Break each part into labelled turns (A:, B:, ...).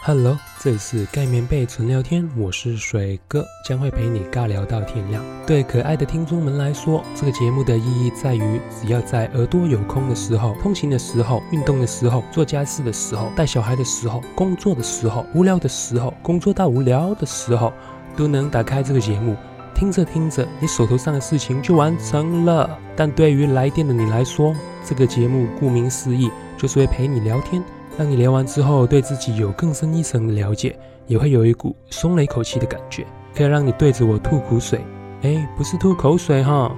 A: Hello，这里是盖棉被纯聊天，我是水哥，将会陪你尬聊到天亮。对可爱的听众们来说，这个节目的意义在于，只要在耳朵有空的时候、通勤的时候、运动的时候、做家事的时候、带小孩的时候、工作的时候、无聊的时候、工作到无聊的时候，都能打开这个节目。听着听着，你手头上的事情就完成了。但对于来电的你来说，这个节目顾名思义就是会陪你聊天，让你聊完之后对自己有更深一层的了解，也会有一股松了一口气的感觉，可以让你对着我吐苦水。哎，不是吐口水哈。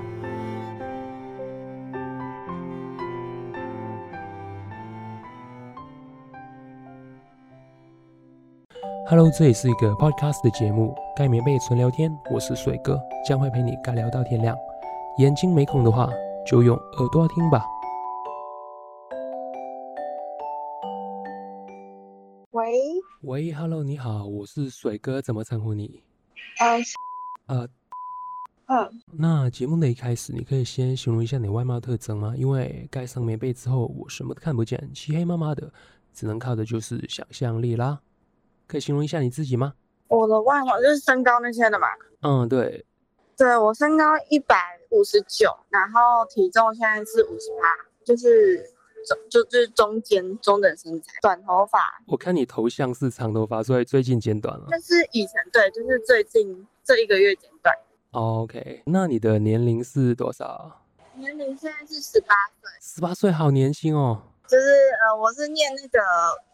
A: Hello，这里是一个 podcast 的节目，盖棉被纯聊天，我是水哥，将会陪你尬聊到天亮。眼睛没空的话，就用耳朵听吧。
B: 喂，
A: 喂，Hello，你好，我是水哥，怎么称呼你？
B: 呃，
A: 呃，
B: 嗯，
A: 那节目的一开始，你可以先形容一下你的外貌特征吗？因为盖上棉被之后，我什么都看不见，漆黑麻麻的，只能靠的就是想象力啦。可以形容一下你自己吗？
B: 我的外貌就是身高那些的嘛。
A: 嗯，对，
B: 对我身高一百五十九，然后体重现在是五十八，就是中就就是中间中等身材，短头发，
A: 我看你头像是长头发，所以最近剪短了。
B: 但是以前对，就是最近这一个月剪短。
A: OK，那你的年龄是多少？
B: 年龄现在是十八岁，
A: 十八岁，好年轻哦。
B: 就是呃，我是念那个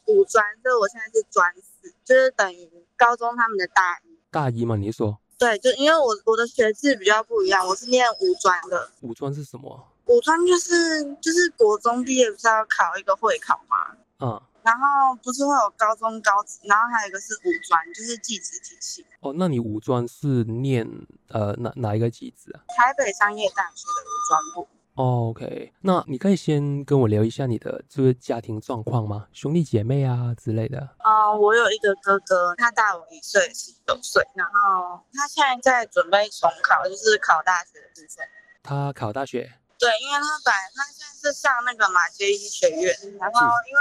B: 五专，所以我现在是专四，就是等于高中他们的大一。
A: 大一嘛，你说
B: 对，就因为我我的学制比较不一样，我是念五专的，
A: 五专是什么？
B: 武川就是就是国中毕业不是要考一个会考嘛，
A: 嗯，
B: 然后不是会有高中、高职，然后还有一个是武专，就是技职体系，
A: 哦，那你五专是念呃哪哪一个级制啊
B: 台北商业大学的武专部。
A: 哦？OK，那你可以先跟我聊一下你的就是家庭状况吗？兄弟姐妹啊之类的。
B: 呃，我有一个哥哥，他大我一岁，十九岁，然后他现在在准备重考，就是考大学的部分。
A: 他考大学，
B: 对，因为他本来他现在是上那个马街医学院，然后因为、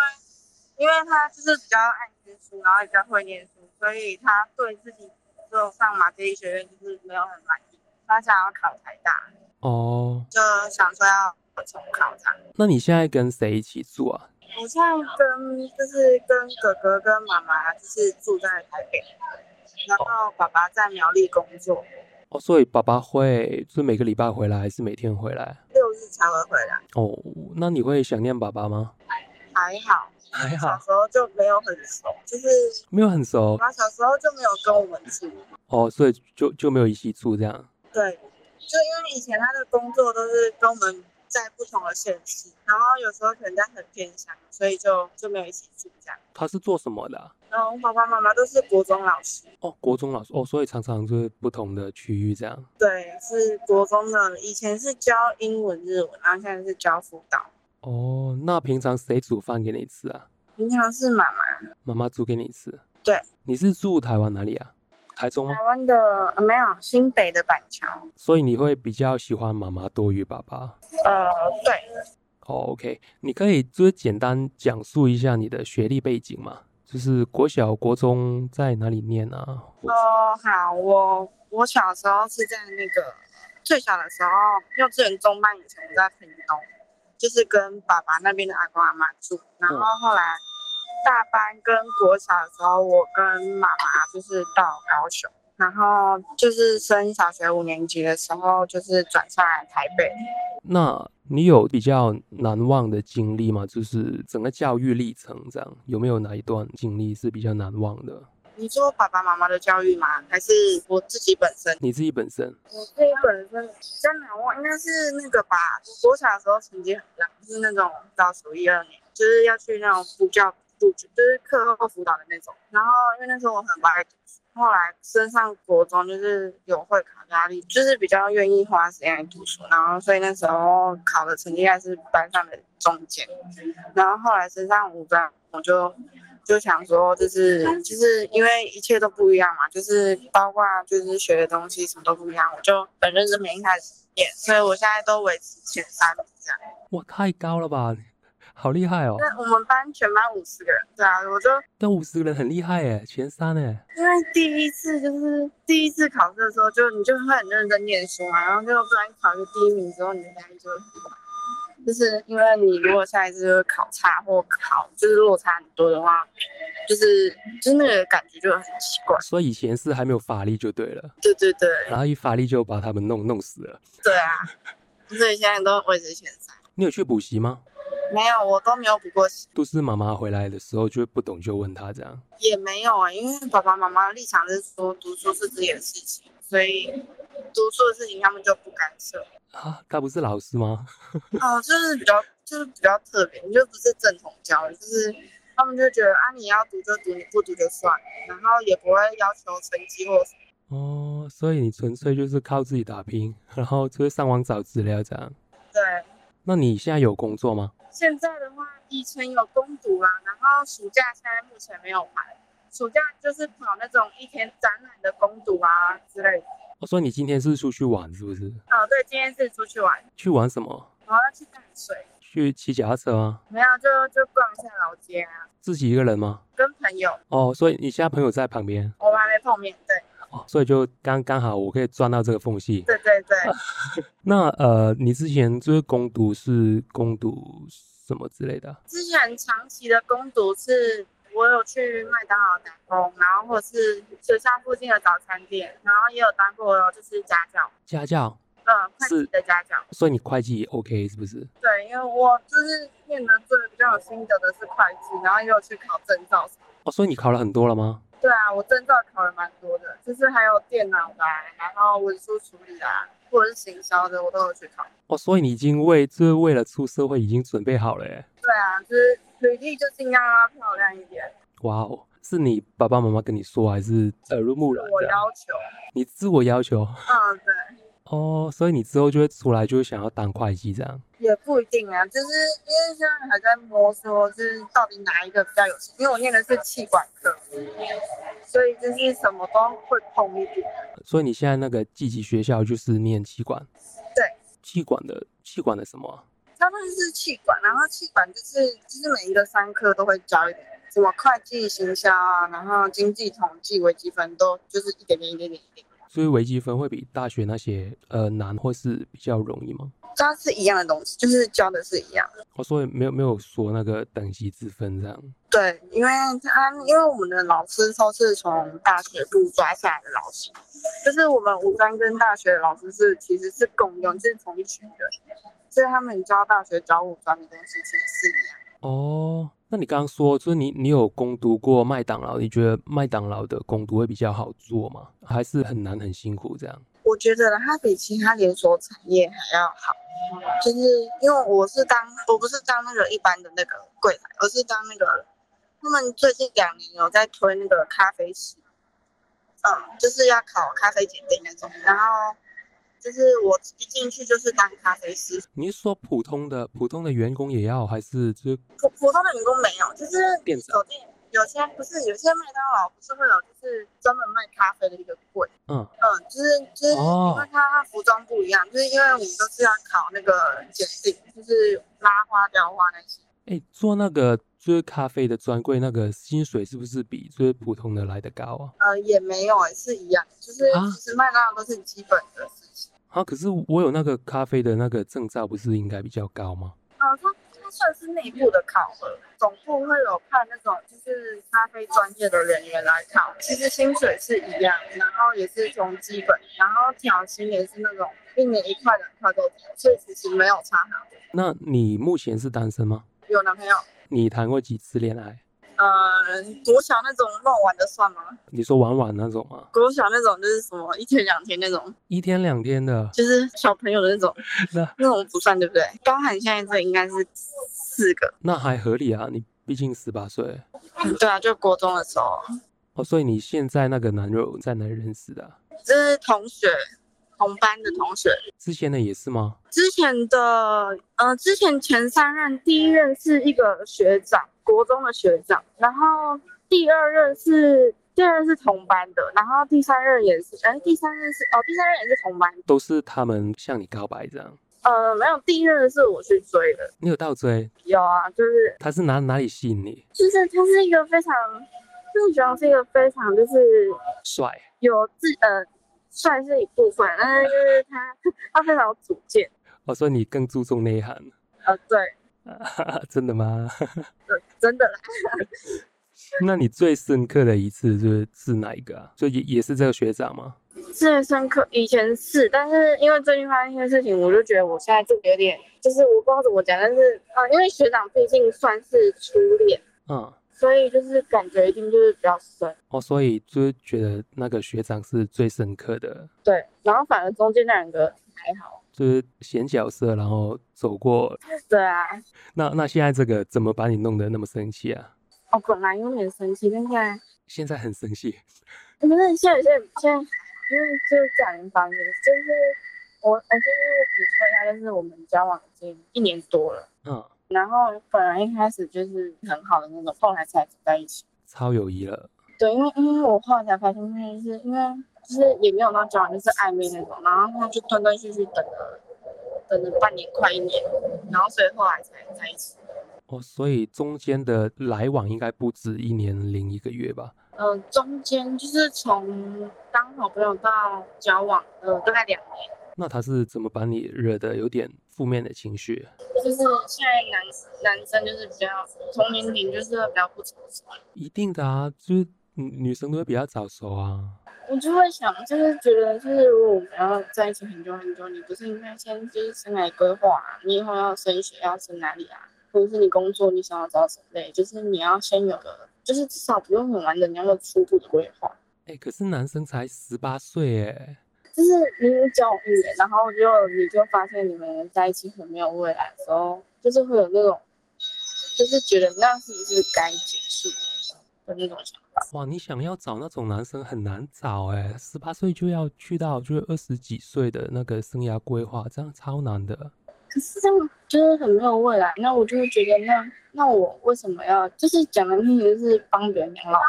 B: 因为他就是比较爱读书，然后也比较会念书，所以他对自己这种上马街医学院就是没有很满意，他想要考台大，
A: 哦，
B: 就想说要重考这样。
A: 那你现在跟谁一起住啊？
B: 我现在跟就是跟哥哥跟妈妈就是住在台北，然后爸爸在苗栗工作，
A: 哦，所以爸爸会就是每个礼拜回来，还是每天回来？
B: 六日才会回来，
A: 哦，那你会想念爸爸吗？
B: 还好。
A: 还
B: 小
A: 好，
B: 时候就没有很熟，就是
A: 没有很熟
B: 妈小时候就没有跟我们住，
A: 哦，所以就就没有一起住这样。
B: 对，就因为以前他的工作都是跟我们在不同的县市，然后有时候可能在很偏乡，所以就就没有一起住这样。
A: 他是做什么的啊、
B: 然后我爸爸妈妈都是国中老师，
A: 哦，国中老师哦，所以常常就是不同的区域这样。
B: 对，是国中的，以前是教英文、日文，然后现在是教辅导。
A: 哦，那平常谁煮饭给你吃啊？
B: 平常是妈妈，
A: 妈妈煮给你吃。
B: 对，
A: 你是住台湾哪里啊？台中吗
B: 台？湾的、呃没有新北的板桥，
A: 所以你会比较喜欢妈妈多于爸爸。
B: 呃，对，
A: 哦，OK，你可以就是简单讲述一下你的学历背景吗？就是国小、国中在哪里念啊？或
B: 哦，好，我我小时候是在那个最小的时候，幼稚园中班以前我在屏东，就是跟爸爸那边的阿公阿妈住，然后后来大班跟国小的时候，我跟妈妈就是到高雄，然后就是升小学五年级的时候，就是转上来台北。
A: 那你有比较难忘的经历吗？就是整个教育历程这样，有没有哪一段经历是比较难忘的？
B: 你说爸爸妈妈的教育吗？还是我自己本身？
A: 你自己本身
B: 我自己本身比较难忘，应该是那个吧。我小时候成绩很烂，就是那种倒数一二年，就是要去那种补教补，就是课后辅导的那种。然后因为那时候我很不爱读书，后来升上国中就是有会考压力，就是比较愿意花时间来读书，然后所以那时候考的成绩还是班上的中间。然后后来升上五专，我就就想说，就是就是因为一切都不一样嘛，就是包括就是学的东西什么都不一样，我就很认真每一开始念，所以我现在都维持前三名这样。
A: 哇，太高了吧！好厉害哦！
B: 因为我们班全班五十个人，对啊，我就
A: 那五十个人很厉害耶，前三哎，
B: 因为第一次就是第一次考试的时候，就你就会很认真念书嘛，然后就不然考一个第一名之后，你的压力就会很大。就是因为你如果下一次就是考差或考就是落差很多的话，就是就是那个感觉就很奇怪。
A: 所以以前是还没有法力就对了，
B: 对对对
A: 然后一法力就把他们弄弄死了。
B: 对啊，所以现在都维持前三。
A: 你有去补习吗？
B: 没有，我都没有补过习，
A: 都是妈妈回来的时候就会不懂就问他这样。
B: 也没有啊、因为爸爸妈妈的立场是说读书是自己的事情，所以读书的事情他们就不干涉。
A: 啊，他不是老师吗？
B: 哦，就是比较就是比较特别，你就不是正统教育，就是他们就觉得啊，你要读就读，你不读就算了，然后也不会要求成绩或什么
A: 哦，所以你纯粹就是靠自己打拼，然后就是上网找资料这样。
B: 对。
A: 那你现在有工作吗？
B: 现在的话，以前有攻读啦，然后暑假现在目前没有排，暑假就是跑那种一天展览的攻读啊之类的。
A: 我、说哦你今天是出去玩是不是？
B: 哦，对，今天是出去玩，
A: 去玩什么？
B: 然后要去淡水，
A: 去骑脚踏车吗？
B: 没有就就逛一下老街啊，
A: 自己一个人吗？
B: 跟朋友，
A: 哦，所以你现在朋友在旁边
B: 我们还没碰面，对
A: 哦，所以就刚刚好我可以赚到这个缝隙。
B: 对对对，
A: 那呃，你之前就是攻读是攻读什么之类的啊？
B: 之前长期的攻读是，我有去麦当劳打工，然后或者是学校附近的早餐店，然后也有当过就是家教，
A: 家教，
B: 嗯，会
A: 是
B: 计的家教。
A: 所以你会计也 OK 是不是？
B: 对，因为我就是念的最比较有心得的是会计，然后也有去考证照什么
A: 哦，所以你考了很多了吗？
B: 的。对啊，我证照考了蛮多的，就是还有电脑的啊、然后文书处理啊，或者是行销的，我都有去考。
A: 哦，所以你已经为就是为了出社会已经准备好了耶。
B: 对啊，就是履历就尽量让它漂亮一点，
A: 哇哦，是你爸爸妈妈跟你说，还是耳濡目染
B: 我
A: 这样？
B: 要求。
A: 你自我要求
B: 嗯，对。
A: 哦，所以你之后就会出来就会想要当会计这样。
B: 也不一定啊，就是因为现在还在摸索，就是到底哪一个比较有兴趣。因为我念的是气管科，所以就是什么都会碰一点。
A: 所以你现在那个技级学校就是念气管，
B: 对，
A: 气管的气管的什么啊、
B: 他们是气管，然后气管就是就是每一个三科都会教一点，什么会计、行销啊，然后经济统计、微积分都就是一点点、一点点、一点点，
A: 所以微积分会比大学那些呃难或是比较容易吗？
B: 它是一样的东西，就是教的是一样的。
A: 我、哦、所以没有没有说那个等级之分这样。
B: 对，因为他因为我们的老师都是从大学部抓下来的老师，就是我们五专跟大学的老师是其实是共用，就是同一群人，所以他们教大学教五专的东西其实是一样的。
A: 哦，那你刚刚说就是你你有攻读过麦当劳，你觉得麦当劳的攻读会比较好做吗？还是很难很辛苦这样？
B: 我觉得它比其他连锁产业还要好，就是因为我是当我不是当那个一般的那个柜台，而是当那个他们最近两年有在推那个咖啡师，嗯，就是要考咖啡检定那种，然后就是我一进去就是当咖啡师，
A: 你是说普通的普通的员工也要，还是就是
B: 普普通的员工没有，就是
A: 店长
B: 走进有些不是有些麦当劳不是会有就是专门卖咖啡的一个柜。
A: 嗯
B: 嗯，就是就是
A: 哦
B: 因为它它服装不一样，就是因为我们都是要考那个检定，就是拉花、雕花那些。
A: 哎做那个就是咖啡的专柜那个薪水是不是比就是普通的来的高啊？
B: 呃，也没有哎、是一样，就是
A: 啊
B: 其实麦当劳都是基本的事情。
A: 啊，可是我有那个咖啡的那个证照，不是应该比较高吗？
B: 呃，它它算是内部的考核，总部会有派那种就是咖啡专业的人员来考，其实薪水是一样，然后也是从基本，然后调薪也是那种一年一块两块都有，所以其实没有差很多。
A: 那你目前是单身吗？
B: 有男朋友，
A: 你谈过几次恋爱？
B: 呃，国小那种乱玩的算吗？
A: 你说玩玩那种吗？
B: 国小那种就是什么一天两天那种，
A: 一天两天的，
B: 就是小朋友的那种
A: 那，
B: 那种不算对不对？包含现在这应该是四个，
A: 那还合理啊，你毕竟十八岁
B: 嗯对啊，就国中的时候，
A: 哦，所以你现在那个男友在哪里认识的啊、
B: 就是同学同班的同学。
A: 之前的也是吗？
B: 之前的呃，之前前三任，第一任是一个学长，国中的学长，然后第二任是第二任是同班的，然后第三任也是，哎，第三任是哦，第三任也是同班，
A: 都是他们向你告白这样？
B: 呃，没有第一任是我去追的，
A: 你有倒追，
B: 有啊，就是
A: 他是哪哪里吸引你？
B: 就是他是一个非常，就是觉得是一个非常就是
A: 帅，
B: 有自呃帅是一部分，但是就是他 他非常有主见，
A: 我说哦你更注重内涵，
B: 呃，对，
A: 真的吗？
B: 对，真的啦，
A: 那你最深刻的一次是是哪一个啊？就也也是这个学长吗？
B: 最深刻以前是，但是因为最近发生一些事情，我就觉得我现在就有点，就是我不知道怎么讲，但是呃，因为学长毕竟算是初恋，
A: 嗯，
B: 所以就是感觉一定就是比较深，
A: 哦，所以就是觉得那个学长是最深刻的，
B: 对，然后反而中间那两个还好，
A: 就是显角色，然后走过。
B: 对啊，
A: 那那现在这个怎么把你弄得那么生气啊？
B: 哦，本来有点生气，但现在。哎
A: 现在很生气，
B: 不是现在现在现在，因为就是家人方面，就是我我先只说一下，就是我们交往已经一年多了，
A: 嗯，
B: 然后本来一开始就是很好的那种，后来才走在一起。
A: 超友谊了，
B: 对，因为因为我后来才发现，就是因为就是也没有那种交往，就是暧昧那种，然后就断断续续等了等了半年快一年，然后所以后来才在一起。
A: 哦，所以中间的来往应该不止一年零一个月吧？
B: 呃，中间就是从当好朋友到交往，呃，大概两年。
A: 那他是怎么把你惹得有点负面的情绪？
B: 就是现在男男生就是比较同年龄就是比较不成熟，
A: 一定的啊，就是女女生都会比较早熟啊。
B: 我就会想，就是觉得就是如果我们要在一起很久很久，你不是应该先就是先来规划、啊，你以后要升学要升哪里啊，或者是你工作你想要找什么类，就是你要先有个，就是至少不用很完整，你要有初步的规划。
A: 哎，可是男生才十八岁哎，
B: 就是你交往一年，然后就你就发现你们在一起很没有未来的时候，就是会有那种，就是觉得那是不是该结束的那种想法。
A: 哇，你想要找那种男生很难找哎，十八岁就要去到就是二十几岁的那个生涯规划，这样超难的。
B: 可是这样就是很没有未来。那我就会觉得那，那我为什么要就是讲难听点，就是帮别人养老？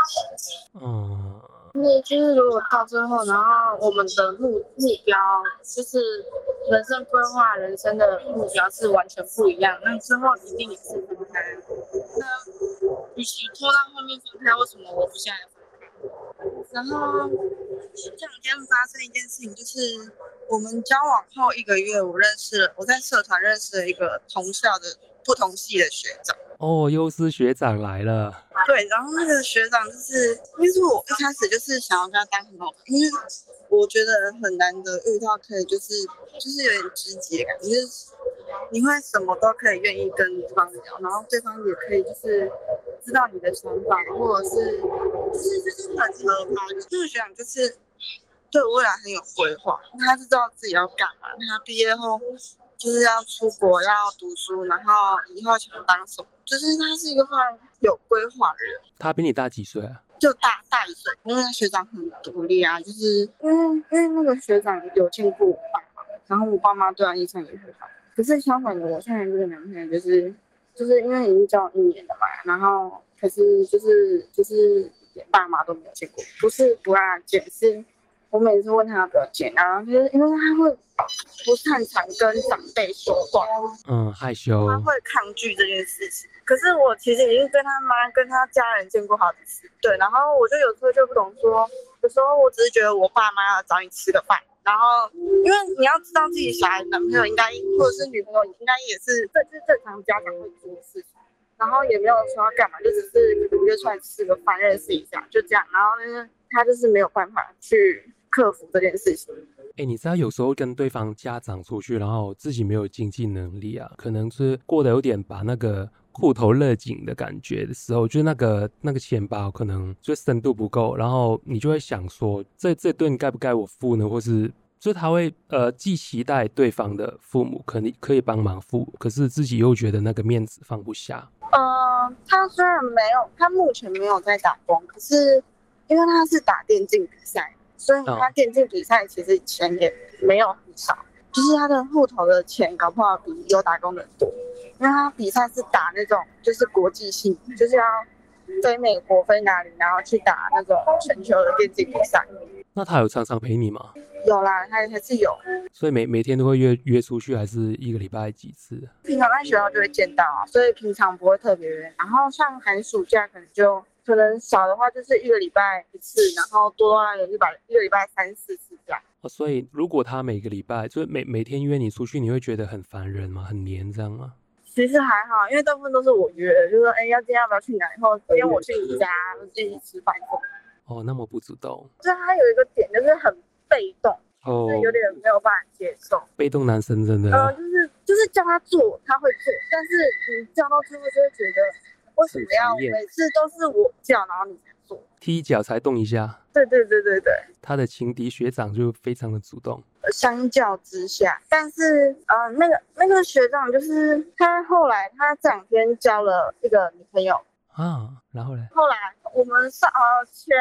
A: 嗯，
B: 就是就是如果到最后，然后我们的目目标就是人生规划、人生的目标是完全不一样，那之后一定也是分开。那与其拖到后面分开，为什么我不现在分开？然后这两天发生一件事情，就是我们交往后一个月，我认识了我在社团认识了一个同校的不同系的学长。
A: 哦，优师学长来了，
B: 对，然后那个学长就是，因为是我一开始就是想要跟他当很好朋友，因为我觉得很难得遇到可以就是就是有点知己的感觉，就是你会什么都可以愿意跟对方聊，然后对方也可以就是知道你的想法，或者是就是就是很合拍。这个学长就是对未来很有规划，他是知道自己要干嘛，他毕业后就是要出国要读书，然后以后想当什么，就是他是一个非常有规划的人。
A: 他比你大几岁啊？
B: 就大大一岁，因为那学长很独立啊，就是因为因为那个学长有见过我爸妈，然后我爸妈对他印象也很好。可是相反的，我现在这个男朋友就是就是因为已经交往一年了嘛，然后可是就是就是连爸妈都没有见过，不是不爱见，是我每次问他要不要见，然后就是因为他会不擅长跟长辈说话，
A: 嗯，害羞。
B: 他会抗拒这件事情。可是我其实已经跟他妈、跟他家人见过好几次，对。然后我就有时候就不懂说，有时候我只是觉得我爸妈要找你吃个饭，然后因为你要知道自己小孩男朋友应该或者是女朋友应该也是这这正常家长会做的事情。然后也没有说要干嘛，就只是可能约出来吃个饭，认识一下，就这样。然后呢，他就是没有办法去克服这件事情。
A: 哎，你知道有时候跟对方家长出去，然后自己没有经济能力啊，可能是过得有点把那个裤头勒紧的感觉的时候，就是那个那个钱包可能就深度不够，然后你就会想说，这这顿该不该我付呢？或是就是他会呃既期待对方的父母可以可以帮忙付，可是自己又觉得那个面子放不下。
B: 呃，他虽然没有，他目前没有在打工，可是因为他是打电竞比赛，所以他
A: 哦
B: 电竞比赛其实钱也没有很少，就是他的户头的钱搞不好比有打工的多，因为他比赛是打那种就是国际性，就是要飞美国飞哪里，然后去打那种全球的电竞比赛。
A: 那他有常常陪你吗？
B: 有啦，还还是有。
A: 所以每每天都会约约出去，还是一个礼拜几次？啊
B: 平常在学校就会见到啊，所以平常不会特别远。然后像寒暑假可能就可能少的话就是一个礼拜一次，然后多啊也是把一个礼拜三四次这样。
A: 哦，所以如果他每个礼拜，就是每每天约你出去，你会觉得很烦人吗？很黏这样吗？
B: 其实还好，因为大部分都是我约的，就说哎要今天要不要去哪，然后今天我去你家，我自己吃饭什么的。
A: 哦，那么不主动
B: 就是他有一个点就是很被动，
A: 哦
B: 就是，有点没有办法接受。
A: 被动男生真的、
B: 呃，就是就是叫他做，他会做，但是你叫到最后就会觉得，为什么要
A: 很讨厌
B: 每次都是我叫，然后你才做？
A: 踢脚才动一下，
B: 对对对对对，
A: 他的情敌学长就非常的主动。
B: 呃相较之下，但是呃，那个那个学长就是他后来他这两天交了一个女朋友，
A: 啊，然后嘞，
B: 后来我们上呃前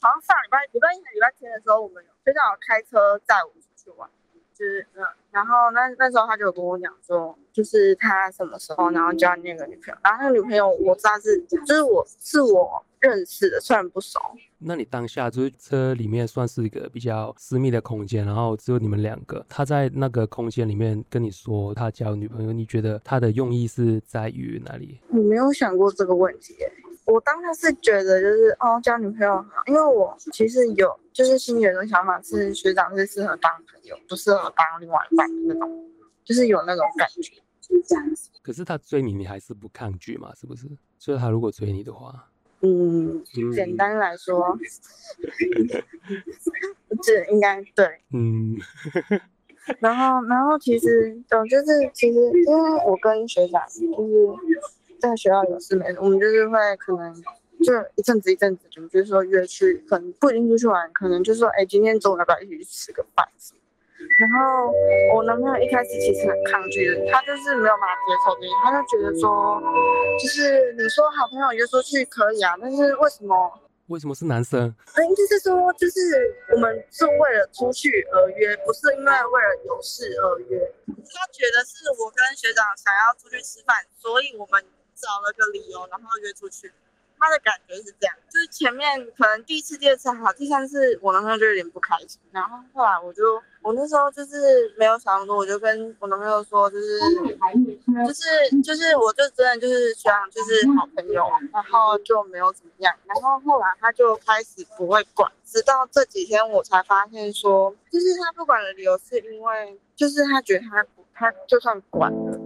B: 好像上礼拜礼拜一、礼拜天的时候，我们有学长有开车载我们出去玩，就是嗯，然后那那时候他就有跟我讲说，就是他什么时候然后交那个女朋友，然后那个女朋友我知道是就是我是我认识的，虽然不熟，
A: 那你当下就是车里面算是一个比较私密的空间，然后只有你们两个，他在那个空间里面跟你说他交女朋友，你觉得他的用意是在于哪里？
B: 我没有想过这个问题耶。我当时是觉得就是哦交女朋友很好，因为我其实有就是心里有一种想法是学长是适合当朋友，不适合当另外一半的那种，就是有那种感觉。
A: 可是他追你，你还是不抗拒嘛？是不是？就是他如果追你的话，
B: 嗯，简，单来说， 这应该对。
A: 嗯，
B: 然后，然后其实，嗯，就是其实，因为我跟学长就是在学校有事没事，我们就是会可能就一阵子一阵子，我们就是说约去，可能不一定出去玩，可能就说，哎，今天中午要不要一起去吃个饭什么的？然后我男朋友一开始其实很抗拒的，他就是没有办法接受这些，他就觉得说，就是你说好朋友约出去可以啊，但是为什么
A: 为什么是男生？
B: 嗯，就是说，就是我们是为了出去而约，不是因为为了有事而约。他觉得是我跟学长想要出去吃饭，所以我们找了个理由，然后约出去。他的感觉是这样，就是前面可能第一次、第二次还好，第三次我男朋友就有点不开心。然后后来我就，我那时候就是没有想那么多，我就跟我男朋友说，就是就是就是，我就真的就是学长就是好朋友，啊然后就没有怎么样。然后后来他就开始不会管，直到这几天我才发现说，就是他不管的理由是因为，就是他觉得他他就算管了，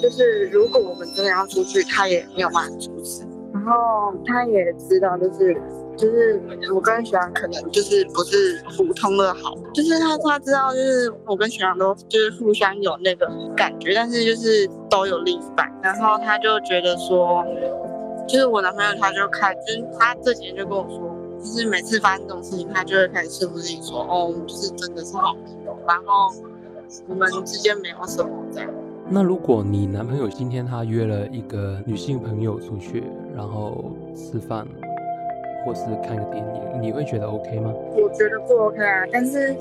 B: 就是如果我们真的要出去，他也没有办法阻止。然后他也知道，就是就是我跟学长可能就是不是普通的好，就是他他知道，就是我跟学长都就是互相有那个感觉，但是就是都有另一半，然后他就觉得说，就是我男朋友他就开，就是他这几天就跟我说，就是每次发生这种事情，他就会开始说服自己说，哦，我们就是真的是好朋友，然后我们之间没有什么这样。
A: 那如果你男朋友今天他约了一个女性朋友出去，然后吃饭，或是看个电影，你会觉得 OK 吗？
B: 我觉得不 OK 啊，但是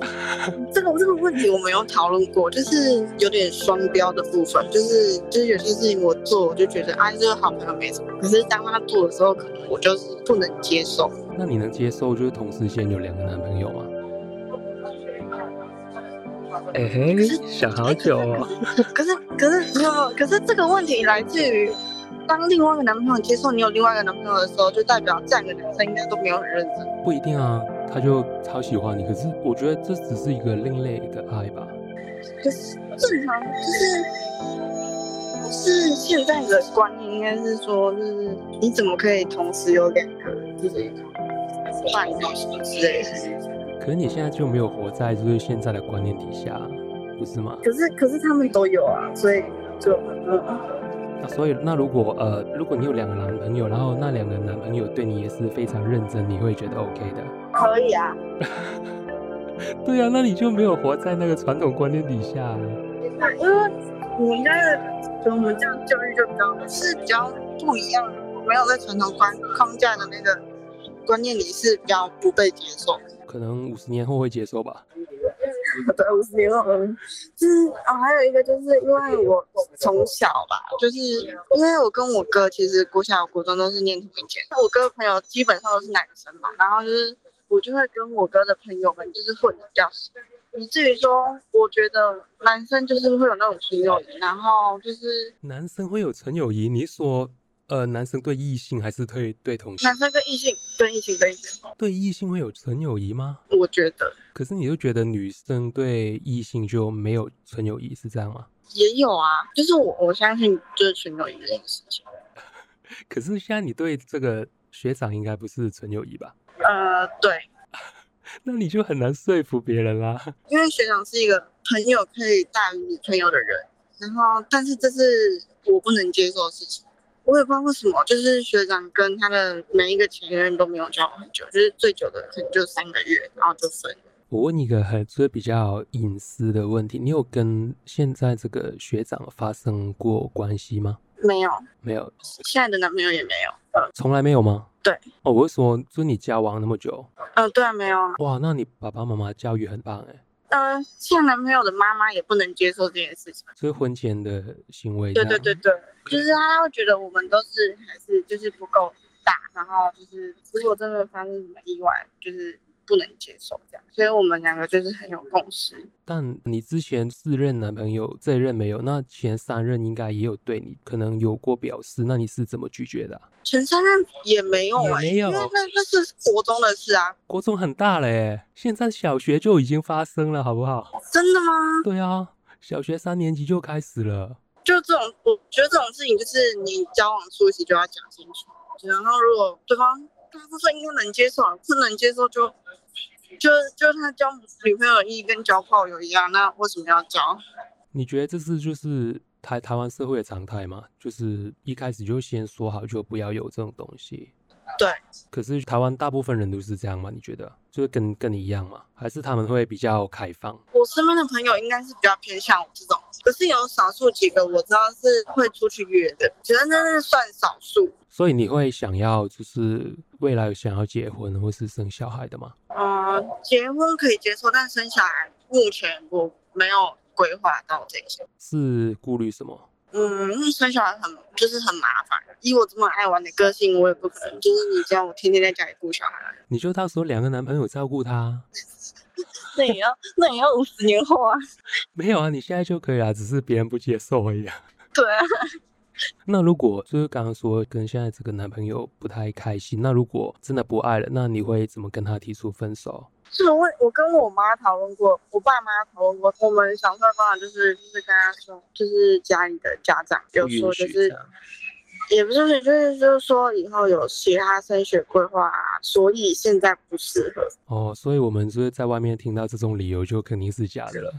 B: 这个这个问题我们有讨论过，就是有点双标的部分，就是就是有些事情我做，我就觉得啊，这个好朋友没什么，可是当他做的时候，可能我就是不能接受。
A: 那你能接受就是同时间有两个男朋友吗？哎嘿，想好久哦。
B: 可是可是没有没有，可是这个问题来自于，当另外一个男朋友接受你有另外一个男朋友的时候，就代表这两个男生应该都没有很认真。
A: 不一定啊，他就超喜欢你，可是我觉得这只是一个另类的爱吧。
B: 就是正常，就是是现在的观念应该是说，就是你怎么可以同时有两个就是伴侣之类的？
A: 可是你现在就没有活在就是现在的观念底下，不是吗？
B: 可是可是他们都有啊，所以就嗯，
A: 那所以，那如果呃，如果你有两个男朋友，然后那两个男朋友对你也是非常认真，你会觉得 OK 的。
B: 可以啊。
A: 对啊，那你就没有活在那个传统观念底下啊。
B: 因为我们家的，就我们这样教育就比较是比较不一样，没有在传统观框架的那个观念里是比较不被接受。
A: 可能五十年后会接受吧。
B: 对，五十年后，嗯，就是啊、还有一个就是因为我从小吧，就是因为我跟我呃哥其实国小、国中都是念同一间，我哥的朋友基本上都是男生嘛，然后就是我就会跟我哥的朋友们就是混的比较熟，以至于说，我觉得男生就是会有那种纯友谊，然后就是
A: 男生会有纯友谊，你说呃，男生对异性还是对对同性
B: 男？生跟异性跟异性跟异性，
A: 对异性会有纯友谊吗？
B: 我觉得
A: 可是你就觉得女生对异性就没有纯友谊，是这样吗？
B: 也有啊，就是我我相信就是纯友谊这件事情。
A: 可是现在你对这个学长应该不是纯友谊吧？
B: 呃，对，
A: 那你就很难说服别人啦。
B: 因为学长是一个朋友可以大于女朋友的人，然后但是这是我不能接受的事情。我也不知道为什么，就是学长跟他的每一个前任都没有交往很久，就是最久的可能就三个月，然后就分了。
A: 我问你一个很就是比较隐私的问题，你有跟现在这个学长发生过关系吗？
B: 没有，
A: 没有，
B: 现在的男朋友也没有。呃
A: 从来没有吗？
B: 对。
A: 哦，我是说，就是你交往那么久，
B: 呃，对啊，没有啊。
A: 哇，那你爸爸妈妈教育很棒哎，
B: 呃，现男朋友的妈妈也不能接受这件事情。
A: 就是婚前的行为。
B: 对对对。对，就是他会觉得我们都是还是就是不够大，然后就是如果真的发生什么意外，就是不能接受这样。所以我们两个就是很有共识。
A: 但你之前四任男朋友，这一任没有，那前三任应该也有对你可能有过表示，那你是怎么拒绝的啊、
B: 前三任也没有、
A: 也
B: 欸，
A: 没有
B: 因为那那是国中的事啊。
A: 国中很大了哎，现在小学就已经发生了，好不好？
B: 真的吗？
A: 对啊，小学三年级就开始了。
B: 就这种，我觉得这种事情就是你交往初期就要讲清楚。然后如果对方大部分应该能接受啊，不能接受就就就他交女朋友的意义跟交炮友一样，那为什么要交？
A: 你觉得这是就是台台湾社会的常态吗？就是一开始就先说好，就不要有这种东西。
B: 对。
A: 可是台湾大部分人都是这样吗？你觉得就是跟跟你一样吗？还是他们会比较开放？
B: 我身边的朋友应该是比较偏向我这种，可是有少数几个我知道是会出去约的，觉得那是算少数。
A: 所以你会想要就是未来想要结婚或是生小孩的吗？
B: 嗯、结婚可以接受，但生小孩目前我没有规划到这些。
A: 是顾虑什么？
B: 嗯，因为生小孩很就是很麻烦。以我这么爱玩的个性，我也不可能就是你叫我天天在家里顾小孩，
A: 你就到时候两个男朋友照顾他？ 啊
B: 那也要那也要五十年后啊。
A: 没有啊，你现在就可以啦，只是别人不接受而已、啊。
B: 对啊，
A: 那如果就是刚刚说跟现在这个男朋友不太开心，那如果真的不爱了，那你会怎么跟他提出分手？
B: 是我我跟我妈讨论过，我爸妈讨论过，我们想出来办法就是就是跟他说，就是家里的家长有
A: 允
B: 说就
A: 许
B: 是
A: 这样
B: 也不是，就是就是说以后有其他升学规划、啊，所以现在不适合。
A: 哦，所以我们就是在外面听到这种理由就肯定是假的了。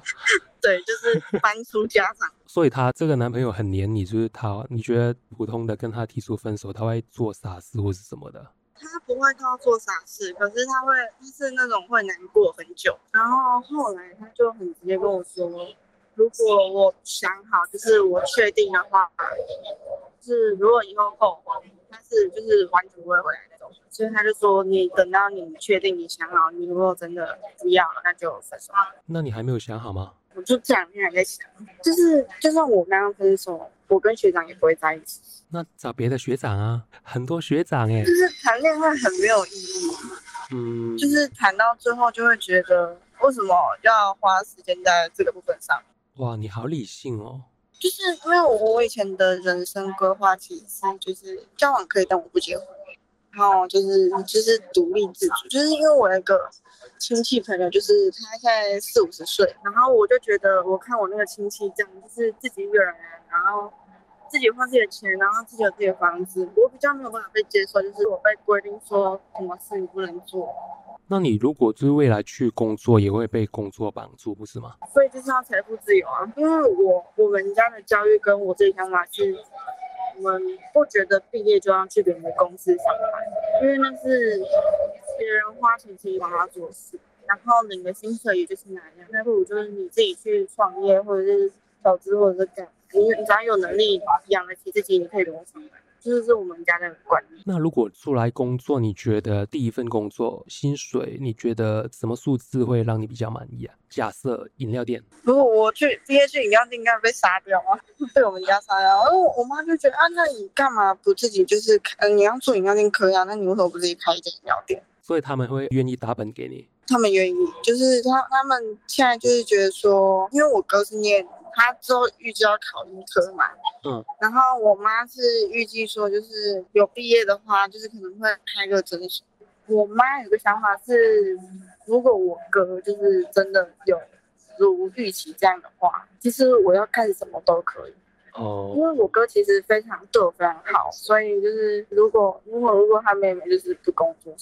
B: 对，就是搬出家长。
A: 所以她这个男朋友很黏你，就是他，你觉得普通的跟他提出分手，他会做傻事或是什么的？
B: 他不会到做傻事，可是他会，他是那种会难过很久。然后后来他就很直接跟我说，如果我想好，就是我确定的话，就是如果以后后悔，但是就是完全不会回来那种。所以他就说，你等到你确定你想好，你如果真的不要了，那就分手。
A: 那你还没有想好吗？
B: 我就这两天还在想，就是就算我刚刚分手，我跟学长也不会在一起，
A: 那找别的学长啊，很多学长哎、
B: 就是谈恋爱很没有意义。
A: 嗯，
B: 就是谈到最后就会觉得，为什么要花时间在这个部分上？
A: 哇，你好理性哦。
B: 就是因为我我以前的人生规划其实是就是交往可以，但我不结婚。然后就是就是独立自主，就是因为我有一个亲戚朋友，就是他现在四五十岁，然后我就觉得，我看我那个亲戚这样，就是自己一个人，啊然后自己花自己的钱，然后自己有自己的房子，我比较没有办法被接受，就是我被规定说什么事你不能做，
A: 那你如果就是未来去工作，也会被工作绑住，不是吗？
B: 所以就是要财富自由啊。因为我我们家的教育跟我自己想法是，我们不觉得毕业就要去别人的公司上班，因为那是别人花钱请你帮他做事，然后领的薪水也就是那样，那不如就是你自己去创业或者是投资或者是干嘛，你你只要有能力养得起自己，你可以不用上班。这就是我们家的观念。
A: 那如果出来工作，你觉得第一份工作薪水，你觉得什么数字会让你比较满意啊？假设饮料店，
B: 如果我去毕业去饮料店，应该被杀掉啊， 被我们家杀掉。然后我妈就觉得啊，那你干嘛不自己就是开？呃你要做饮料店可以啊，那你为什么不自己开一间饮料店？
A: 所以他们会愿意打本给你。
B: 他们愿意，就是他他们现在就是觉得说，因为我哥是念，他之后预计要考医科嘛，
A: 嗯，
B: 然后我妈是预计说，就是有毕业的话，就是可能会开个诊所。我妈有个想法是，如果我哥就是真的有如预期这样的话，其实我要干什么都可以，因
A: 哦，
B: 为我哥其实非常对我非常好，所以就是如果如果如果他妹妹就是不工作，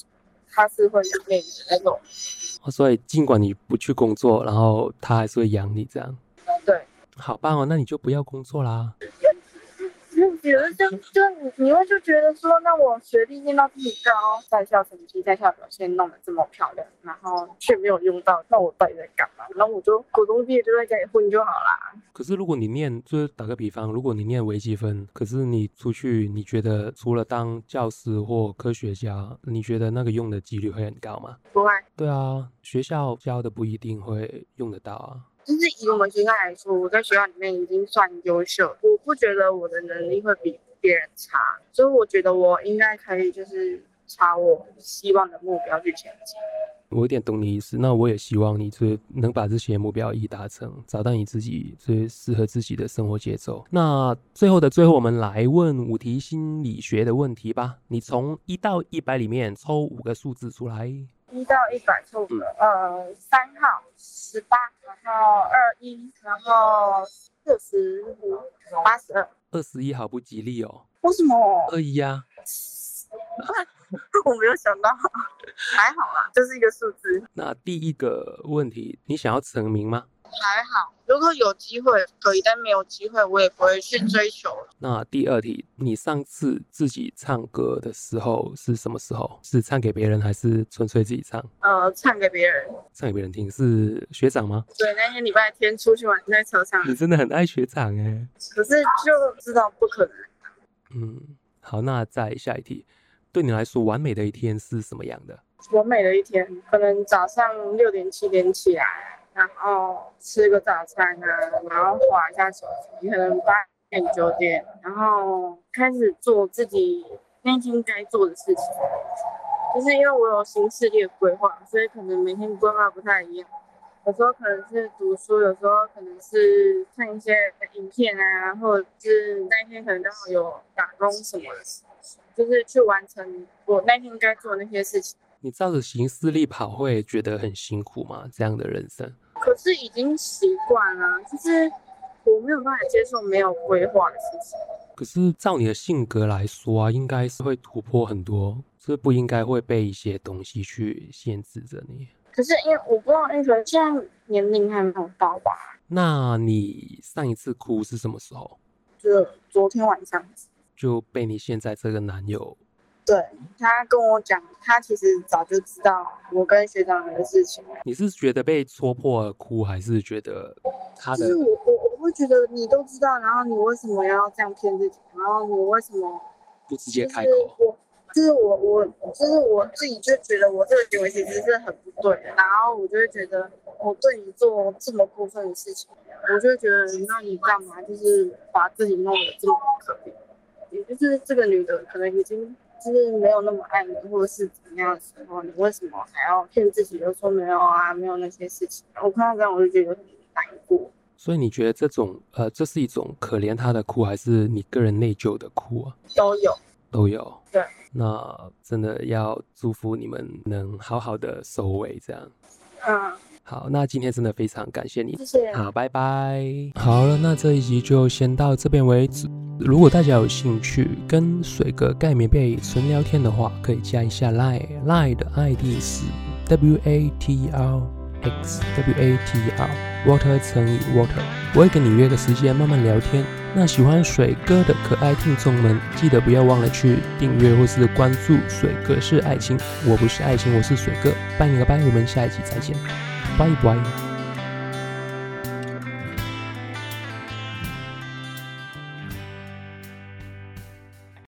B: 他是会有内疚那种。
A: 哦所以尽管你不去工作，然后他还是会养你这样。
B: 对，
A: 好棒哦，那你就不要工作啦。
B: 有的就就你你会就觉得说，那我学历念到这么高，在校成绩、在校表现弄得这么漂亮，然后却没有用到，那我到底在干嘛？然后我就国中毕业就在家里混就好啦。
A: 可是如果你念，就是打个比方，如果你念微积分，可是你出去，你觉得除了当教师或科学家，你觉得那个用的几率会很高吗？
B: 不会，
A: 对啊，学校教的不一定会用得到啊。
B: 就是以我们学校来说，我在学校里面已经算优秀，我不觉得我的能力会比别人差，所以我觉得我应该可以就是朝我希望的目标去前进。
A: 我有点懂你意思，那我也希望你这能把这些目标一一达成，找到你自己最适合自己的生活节奏。那最后的最后，我们来问五题心理学的问题吧。你从一到一百里面抽五个数字出来。
B: 一到一百错误了，呃，三号十八，然后二一，然后四十五，八十二。
A: 二十一好不吉利哦，
B: 为什么？
A: 二一啊呀，
B: 我没有想到， 还好啦，就是一个数字，
A: 那第一个问题，你想要成名吗？
B: 还好。如果有机会可以，但没有机会我也不会去追求。
A: 那第二题，你上次自己唱歌的时候是什么时候？是唱给别人还是纯粹自己唱？
B: 呃，唱给别人。
A: 唱给别人听是学长吗？
B: 对，那天礼拜天出去玩在车上，
A: 你真的很爱学长哎、
B: 可是就知道不可能。
A: 嗯，好，那再下一题，对你来说完美的一天是什么样的？
B: 完美的一天，可能早上六点七点起来，然后吃个早餐啊，然后划一下手机，可能八点九点，然后开始做自己那天该做的事情。就是因为我有行事历的规划，所以可能每天规划不太一样。有时候可能是读书，有时候可能是看一些影片啊，或者是那天可能刚好有打工什么的，就是去完成我那天该做的那些事情。
A: 你照着行事历跑会觉得很辛苦吗？这样的人生，
B: 可是已经习惯了，就是我没有办法接受没有规划的事情。
A: 可是照你的性格来说啊，应该是会突破很多，是不应该会被一些东西去限制着你。
B: 可是因为我不知道，因为现在年龄还没有到吧？
A: 那你上一次哭是什么时候？
B: 就昨天晚上，
A: 就被你现在这个男友
B: 对他跟我讲，他其实早就知道我跟学长的事情。
A: 你是觉得被戳破而哭，还是觉得他
B: 就
A: 的
B: 是我我我会觉得你都知道，然后你为什么要这样骗自己？然后你为什么
A: 不直接
B: 就是
A: 开口？
B: 我就是我我就是我自己就觉得我这个行为其实是很不对的，然后我就会觉得我对你做这么过分的事情，我就会觉得那你干嘛就是把自己弄得这么可怜？也就是这个女的可能已经就是没有那么爱你，或者是怎么样的时候，你为什么还要骗自己，就说没有啊，没有那些事情？我看到这样我就觉得很难过。
A: 所以你觉得这种呃，这是一种可怜他的哭，还是你个人内疚的哭啊？
B: 都有。
A: 都有。
B: 对，
A: 那真的要祝福你们能好好的收尾，这样。
B: 嗯，
A: 好，那今天真的非常感谢你
B: 谢。谢。
A: 好，拜拜。好了，那这一集就先到这边为止。如果大家有兴趣跟水哥盖棉被纯聊天的话，可以加一下 Line，Line 的 ID 是 W A T R X W A T R Water 乘以 Water。我会跟你约个时间慢慢聊天。那喜欢水哥的可爱听众们，记得不要忘了去订阅或是关注水哥是爱情，我不是爱情，我是水哥。拜你个拜，我们下一集再见，拜拜。